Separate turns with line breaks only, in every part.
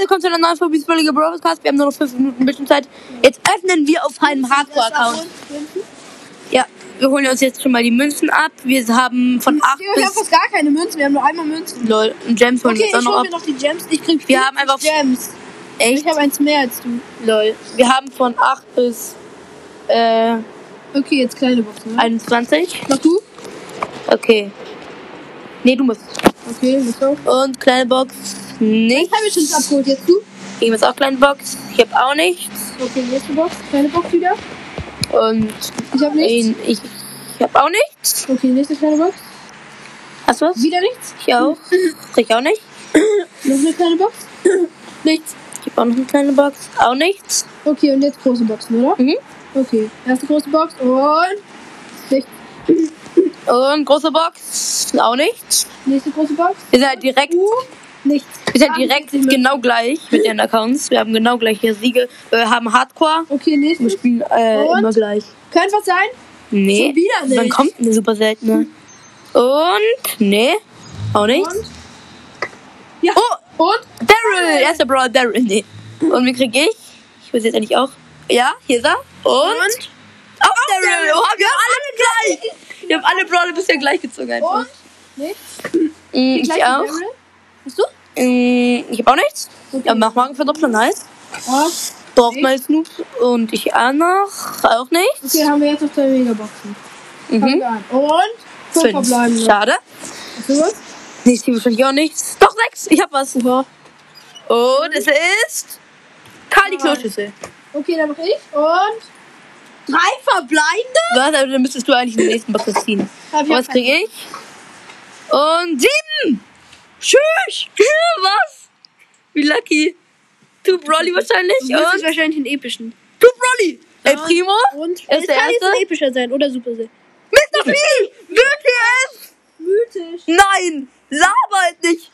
willkommen zu einer neuen Folge des Bulliger Broadcast. Wir haben nur noch 5 Minuten Bildschirmzeit. Jetzt öffnen wir auf einem Hardcore-Account. Ja, wir holen uns jetzt schon mal die Münzen ab. Wir haben von 8
Wir haben
bis...
fast gar keine Münzen, wir haben nur einmal Münzen.
Lol, und Gems holen wir
Okay,
jetzt auch
ich
noch
hol
ab.
mir noch die Gems. Ich krieg
Wir
50
haben einfach-
Gems.
Echt?
Ich habe eins mehr als du.
Lol. Wir haben von 8 bis äh,
Okay, jetzt kleine Box. Ne?
21.
Mach du?
Okay. Nee, du musst.
Okay, mach du.
Und kleine Box.
Ich
Nicht.
habe schon abgeholt. Jetzt du?
Ich habe auch kleine Box. Ich habe auch nichts.
Okay, nächste Box. Kleine Box wieder.
Und
Ich habe nichts.
ein- ich, ich habe auch nichts.
Okay, nächste kleine Box.
Hast du was?
Wieder nichts.
Ich auch. Ich auch nicht.
Noch eine kleine Box. nichts.
Ich habe auch noch eine kleine Box. Auch nichts.
Okay, und jetzt große Boxen, oder?
Mhm.
Okay, erste große Box und nichts.
Und Oh, große Box. Auch nichts.
Nächste große Box.
Wir sind halt direkt, wir
Nichts.
sind halt direkt genau gleich mit den Accounts. Wir haben genau gleiche Siege. Wir haben Hardcore.
Okay,
Wir
nächste.
spielen äh,
Und?
immer gleich.
Könnte was sein?
Nee.
Schon wieder nicht.
Dann kommt eine super seltene. Und? Nee. Auch nicht.
Und? Ja.
Oh!
Und?
Daryl! Erster Brawl, Daryl. Nee. Und wie krieg ich? Ich weiß jetzt endlich auch. Ja, hier ist er. Und? Auch Daryl! Oh, wir haben alle gleich! Wir haben alle Brawler bisher gleich gezogen einfach.
Und? Nichts.
Mm, ich
Gleich wie
auch.
Daryl. Hast du?
Mm, ich hab auch nichts.
Okay.
Ja, mach morgen für Doppler, nice.
Ah,
Braucht mal Snoop und ich auch noch. Auch nichts.
Okay, haben wir jetzt auf der Megaboxen. Fangen
Mhm.
wir an. Und? Fünf verbleiben
Fünf.
noch.
Schade.
Hast du was?
Nee, Steve wahrscheinlich auch nichts. Doch, sechs. Ich hab was. Und es ist. Kali Kloschüssel.
Okay, dann mach ich. Und?
Drei verbleibende? Was? Also, dann müsstest du eigentlich den nächsten Box ziehen.
Hab ich
Und was
auch keinen.
kriege ich? Und sieben! Tschüss! Was? Wie lucky. Du Broly wahrscheinlich
Das ist
und.
wahrscheinlich einen epischen.
Du Broly! El Primo?
Und? Äh,
Er ist der
kann jetzt ein
Erste?
epischer sein oder super sein.
Mr. P! WPF!
Mythisch.
Nein! Laber es nicht!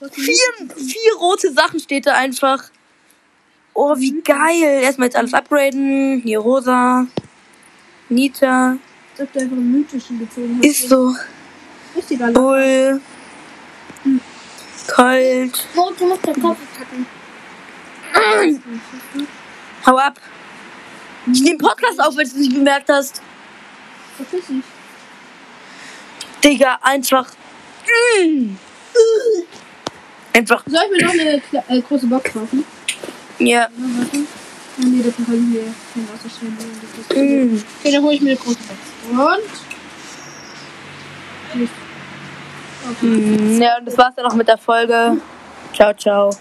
Was ist
Vier, vier rote Sachen steht da einfach. Oh, wie geil. Erstmal jetzt alles upgraden. Hier rosa. Nita.
das? Ob du einfach einen mythischen gezogen hast.
Ist so.
richtig alle.
Bull. Colt.
Wo du musst den Kopf packen.
Hau ab. Ich nehme Podcast auf, wenn du es nicht bemerkt hast.
Was ist ich?
Digga, einfach. Mm. Einfach.
Soll ich mir noch eine kle- äh, große Box kaufen?
Ja.
Ja, warte. Ah, nee, davon kann ich mir keinen ausstellen. Das ist-
Mm.
Okay, dann hole ich mir eine große Box. Und? Nicht. Okay.
Hm. Mm. Ja, und das war's dann auch mit der Folge. Ciao, ciao.